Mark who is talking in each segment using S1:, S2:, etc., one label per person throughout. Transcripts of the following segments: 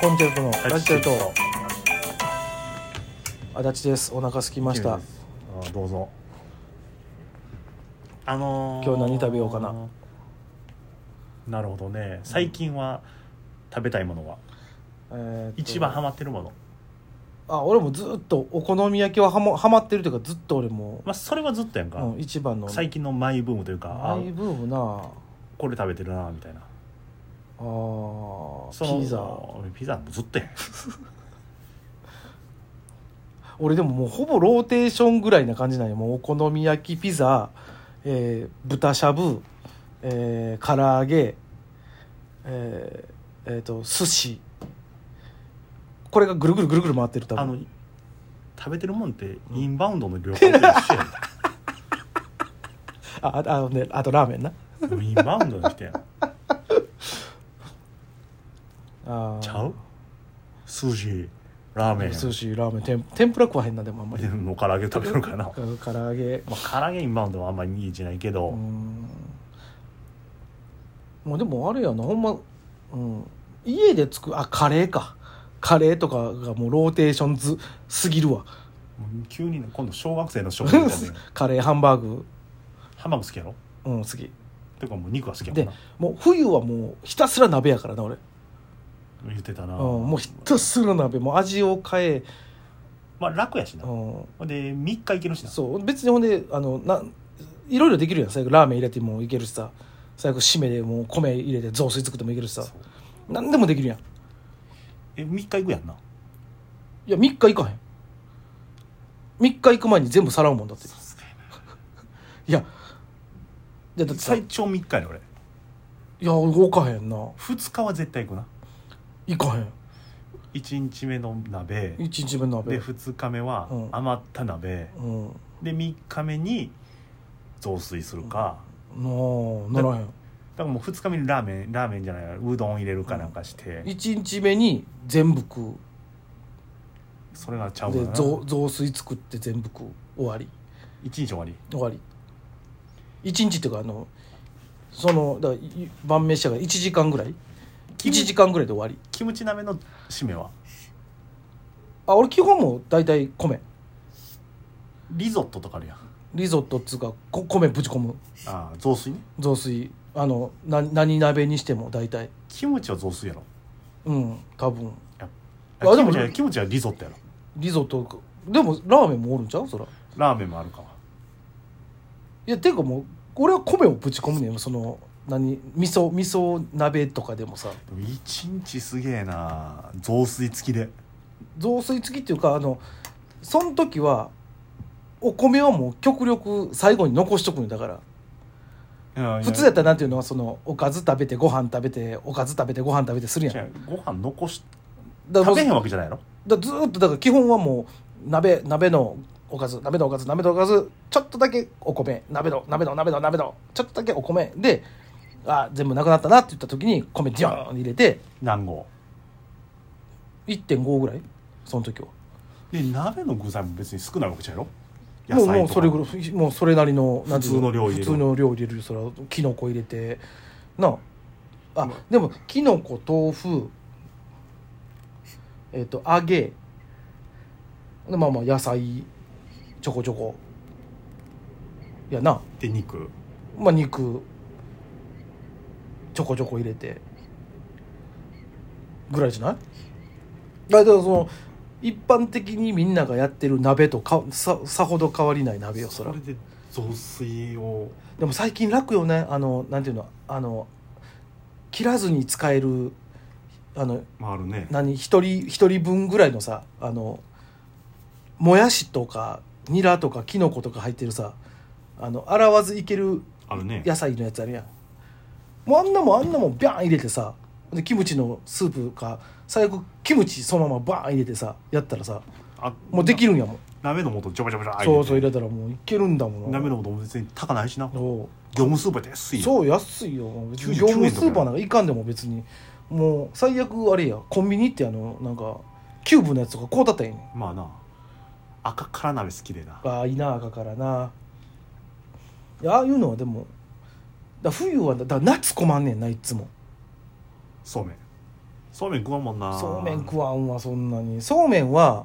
S1: コンチェルトのラジチェルト足立ですお腹空きました
S2: あどうぞあのー
S1: 今日何食べようかな
S2: なるほどね最近は食べたいものは、
S1: えーっと
S2: 一番ハマってるもの
S1: あ俺もずっとお好み焼きはハマハマってるというかずっと俺も、
S2: まあそれはずっとやんか、
S1: うん、一番の
S2: 最近のマイブームというか
S1: マ
S2: あ
S1: イブームなあ
S2: これ食べてるなみたいな
S1: ー
S2: その
S1: ピザ
S2: 俺ピザもずっとやん
S1: 俺でももうほぼローテーションぐらいな感じなんよもうお好み焼きピザ、えー豚しゃぶ、えー、唐揚げえーえーと寿司これがぐるぐるぐるぐる回ってる多分
S2: あの食べてるもんってインバウンドの旅行と一緒や
S1: あああのねあとラーメンなん
S2: もうインバウンドの人やん
S1: あー
S2: ちゃう寿司ラーメン
S1: 寿司ラーメン天天ぷら食わへんなでもあんまり
S2: の唐揚げ食べてるからな、ま
S1: うん唐揚げ
S2: あ、唐揚げインバウンドはあんまりいいじゃないけど、
S1: うんもうでもあれやなほんま、うん、家で作るあカレーかカレーとかがもうローテーションずすぎるわ
S2: 急にね今度小学生の小学生で
S1: カレーハンバーグ
S2: ハンバーグ好きやろ
S1: うん好き
S2: てかもう肉は好きやもん
S1: で
S2: な
S1: もう冬はもうひたすら鍋やからな俺、
S2: 言ってたな、
S1: うん、もうひたすら鍋もう味を変え、
S2: まあ楽やしな、
S1: うん、
S2: ほん、で3日いけるしな
S1: そう別にほんであのないろいろできるやん最後ラーメン入れてもいけるしさ最後締めでもう米入れて雑炊作ってもいけるしさ
S2: そう
S1: 何でもできるやんい
S2: え3日いくやんな
S1: や3日行かへん3日行く前に全部さらうもんだっていやいやだってさ
S2: 最
S1: い
S2: 長3日やね俺
S1: や動かへんな
S2: 2日は絶対行くな
S1: 行かへん
S2: 1日目の鍋
S1: 1日目の鍋
S2: で2日目は
S1: うん
S2: 余った鍋、
S1: うんな
S2: で3日目に雑炊するか、
S1: あならへん
S2: だからもう2日目にラーメンラーメンじゃないわうどん入れるかなんかして、
S1: 1日目に全部食う
S2: それがちゃうか
S1: で
S2: な
S1: 雑雑炊作って全部食う終わり
S2: 一日終わり
S1: 終わり一日っていうかあのそのだからい晩飯やから1時間ぐらい1
S2: 君
S1: 時間ぐらいで終わり
S2: キムチ鍋の締めは
S1: あ俺基本もう大体米
S2: リゾットとかあるやん
S1: リゾットっつうかこ米ぶち込む
S2: ああ雑炊ね
S1: 雑炊あのな何鍋にしても大体
S2: キムチは雑炊やろ
S1: うん多分
S2: や
S1: あでも
S2: キムチはキムチはリゾットやろ
S1: リゾットかでもラーメンもおるんちゃうそらい
S2: ラーメンもあるか
S1: やていうかもう俺は米をぶち込むねんその何味噌味噌鍋とかでもさ
S2: でも一日すげえな雑炊付きで
S1: 雑炊付きっていうかあのその時はお米はもう極力最後に残しとくんよだから普通やったらなんていうのはそのおかず食べてご飯食べておかず食べてご飯食べてするやん
S2: じゃご飯残し
S1: だから
S2: 食べへん
S1: もう
S2: わけじゃないの
S1: だからずーっとだから基本はもう鍋鍋のおかず鍋のおかず鍋のおかずちょっとだけお米鍋の鍋の鍋の鍋のちょっとだけお米であ全部なくなったなって言った時に米ジョーンって入れて
S2: 南郷
S1: 1.5ぐらいその時は
S2: で鍋の具材も別に少ないわけじゃないの
S1: もうもうそれぐ
S2: い
S1: らいもうそれなりのなんていう
S2: 普通の量入れる
S1: 普通の量入れるよそれはきのこ入れてなああでもきのこ豆腐えっ、と揚げでまあまあ野菜ちょこちょこやな
S2: で肉
S1: まあ肉ちょこちょこ入れてぐらいじゃないだからその一般的にみんながやってる鍋とかささほど変わりない鍋よそ
S2: そ
S1: ら
S2: れで雑炊を
S1: でも最近楽よねあのなんていうのあの切らずに使えるあの
S2: 回るね
S1: 何一人一人分ぐらいのさあのもやしとかニラとかきのことか入ってるさあの洗わずいける
S2: あるね
S1: 野菜のやつあるやんもうあんなもんあんなもんビャーン入れてさでキムチのスープか最悪キムチそのままバーン入れてさやったらさ
S2: あ
S1: もうできるんやもん
S2: 鍋の素ジョバジョバジョバ
S1: そうそう入
S2: 入れ
S1: れたらもういけるんだも
S2: て
S1: んな
S2: 鍋の素も別に高ないしな
S1: そ
S2: 業務スーパーで安
S1: う
S2: いよ
S1: そう安いよ別に業
S2: 99
S1: 務
S2: 円と
S1: ス
S2: かや
S1: ーパーなんかいかんでも別にもう最悪あれやコンビニってあのなんかキューブのやつとかこうだったらいいね
S2: まあな赤から鍋好きでな
S1: ああいいな赤からないやああいうのはでもだから冬はだだから夏困んねんないっつも
S2: そうめんそうめん食わんもんな
S1: そうめん食わんわそんなにそうめんは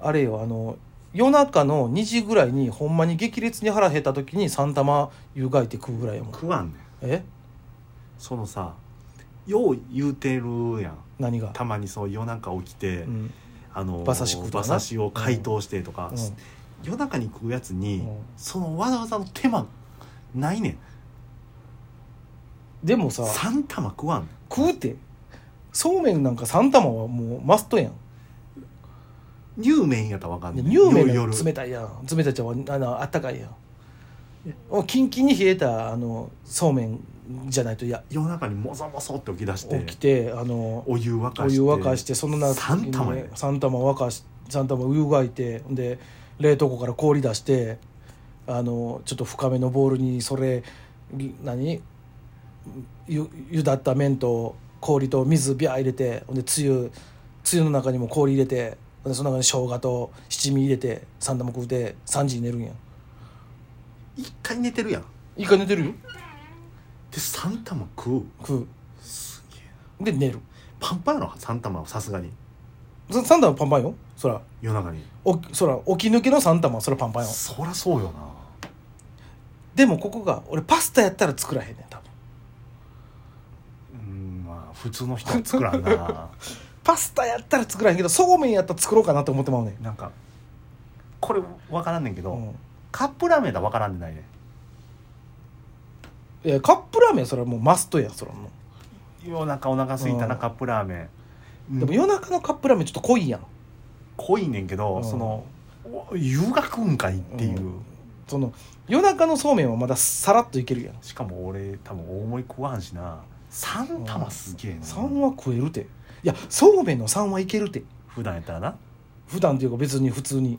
S1: あれよあの夜中の2時ぐらいにほんまに激烈に腹減った時に3玉湯がいて食うぐらいやもん
S2: 食わんねん
S1: え
S2: そのさよう言うてるやん
S1: 何が、
S2: たまにそう夜中起きて、
S1: うん
S2: あの
S1: 馬刺し食うとか
S2: 馬
S1: な
S2: 刺しを解凍してとか、夜中に食うやつに、
S1: うん
S2: そのわざわざの手間ないねん
S1: でもさ
S2: 3玉食わんねん
S1: 食うてそうめんなんか3玉はもうマストやん
S2: 乳麺やったらわかんねん
S1: 乳麺なん
S2: 夜
S1: か冷たいやん冷たいちゃうわあのあったかいやんおキンキンに冷えたあのそうめんじゃないといや
S2: 夜中にもぞもぞって起き出して
S1: 起きてあの
S2: お湯沸か
S1: お
S2: して
S1: 湯沸かしてその中
S2: 3玉やねん
S1: 3玉沸かし3玉お湯がいてで冷凍庫から氷出してあのちょっと深めのボウルにそれぎ何ゆゆだった麺と氷と水ビャー入れてほんでつゆつゆの中にも氷入れてほんでその中に生姜と七味入れて3玉食うて3時に寝るんや
S2: 一回寝てるやんで
S1: いいか寝てるよ
S2: 3玉食う
S1: 食
S2: すげえ
S1: うで寝る
S2: パンパンやろ3玉はさすがに
S1: 3玉パンパンよそら
S2: 夜中に
S1: おそら起き抜けの3玉はそらパンパンよ
S2: そりゃそうよな
S1: でもここが俺パスタやったら作らへんねん多分
S2: うんまあ普通の人は作らんな
S1: パスタやったら作らへんけどそうめんやったら作ろうかなと思ってまうねん、
S2: なんかこれ分からんねんけど、
S1: うん
S2: カップラーメンやったら分からんでないね
S1: いやカップラーメンそれはもうマストやそれはも
S2: 夜中お腹空いたな、
S1: うん
S2: カップラーメ
S1: う
S2: ン
S1: でも夜中のカップラーメンちょっと濃いやん
S2: 濃いねんけど、
S1: うん
S2: そのお湯がくんかいっていう、
S1: うんその夜中のそうめんはまださらっといけるやん
S2: しかも俺多分大盛り食わんしな3玉すげえな、
S1: 3は食えるていやそうめんの3はいけるて
S2: 普段やったらな
S1: 普段っていうか別に普通に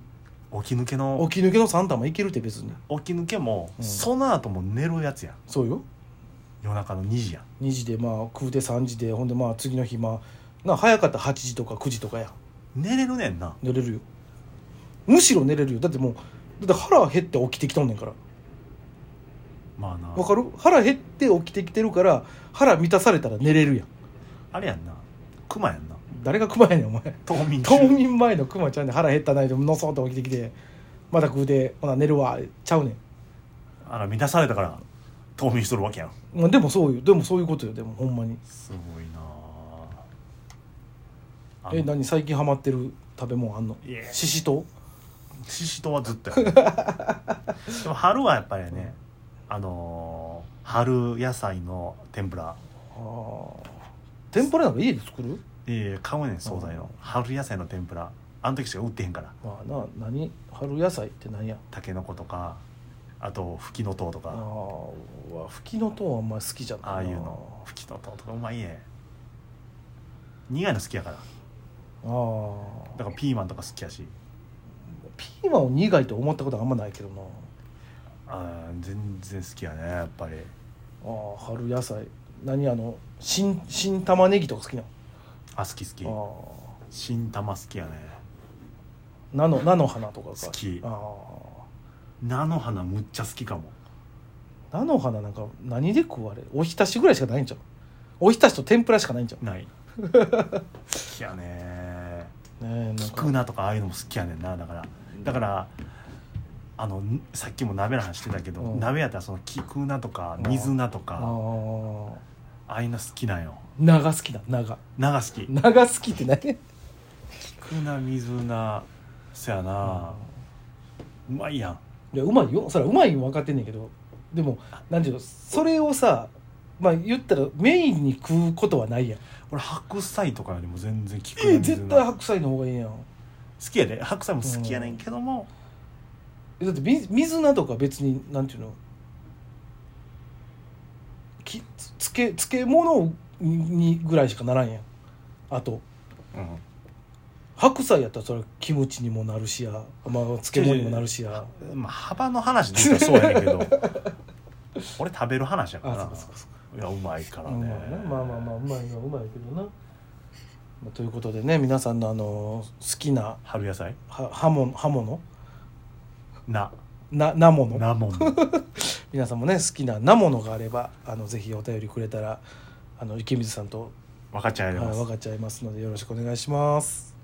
S2: 起き抜けの
S1: 起き抜けの3玉いけるて別に
S2: 起き抜けも、
S1: うん
S2: その後も寝るやつやん
S1: そうよ
S2: 夜中の2時やん
S1: 2時でまあ食うて3時でほんでまあ次の日まあな早かったら8時とか9時とかやん
S2: 寝れるねんな
S1: 寝れるよむしろ寝れるよだってもうだって腹減って起きてきとんねんから
S2: まあな
S1: わかる腹減って起きてきてるから腹満たされたら寝れるやん
S2: あれやんなクマやんな
S1: 誰がクマやねんお前
S2: 冬眠中
S1: 冬眠前のクマちゃんで腹減ったないでのそうと起きてきてまた食うてほな寝るわちゃうね
S2: あら満たされたから冬眠しとるわけやん
S1: んまあでもそうよでもそういうことよでもほんまに
S2: すごいなあ
S1: え
S2: の
S1: 何最近ハマってる食べ物あんの
S2: いえ
S1: ししと
S2: シシトはずっ とやねでも春はやっぱりね、あのー春野菜の天ぷら
S1: あー天ぷらなんか家で作る
S2: ええ買うねん惣菜の春野菜の天ぷらあの時しか売ってへんから
S1: まあな何春野菜って何や
S2: たけのことかあとふきのとうと
S1: あ
S2: か
S1: あわふきのとうはあんまり好きじゃないな
S2: ああいうのふきのとうとかうまいね苦いの好きやから
S1: ああ
S2: だからピーマンとか好きやし
S1: ピーマンを苦いと思ったことはあんまないけどな
S2: あー全然好きやねやっぱり
S1: ああ春野菜何あの新新玉ねぎとか好きな
S2: あ好き好き
S1: のああ
S2: 新玉好きやね
S1: 菜の菜の花とかが
S2: 好き
S1: あ
S2: 菜の花むっちゃ好きかも
S1: あ菜の花なんか何で食われおひたしぐらいしかないんちゃうおひたしと天ぷらしかないんちゃ
S2: ない好きやね
S1: うねえなん
S2: 菊
S1: か
S2: 菜とかああいうのも好きやねんなだからだからあのんさっきも鍋の話してたけど、
S1: うん
S2: 鍋やったらその菊菜とか
S1: うん
S2: 水菜とか、
S1: ああ
S2: ああいうの好きなんよ
S1: 長好きだ長
S2: 菜が好き
S1: 長好きって何
S2: 菊菜水菜そやな、うまいやん
S1: いやうまいよそれはうまいの分かってんねんけどでもなんていうのそれをさまあ言ったらメインに食うことはないやん
S2: 俺白菜とかよりも全然菊菜
S1: え
S2: 水菜
S1: 絶対白菜の方がいいやん
S2: 好きやで白菜も好きやねんけども、
S1: えだってみ水菜とか別になんていうのきつつけ漬物にぐらいしかならんやんあと
S2: うん
S1: 白菜やったらそれはキムチにもなるしや、まあ、漬物にもなるしや
S2: まあ、幅の話で言ったらそうやねんけど 俺食べる話やから
S1: あそうかそうかそ
S2: いやうまいから
S1: う
S2: ね、
S1: まいなまあまあまあうまいのはうまいけどな、まあ、ということでね皆さんのあの好きな
S2: 春野菜
S1: は刃物刃物
S2: な
S1: ななもの
S2: なもんも
S1: 皆さんもね好きななものがあればあのぜひお便りくれたらあの池水さんと
S2: 分かっちゃい
S1: はい、
S2: ます
S1: 分かっちゃいますのでよろしくお願いします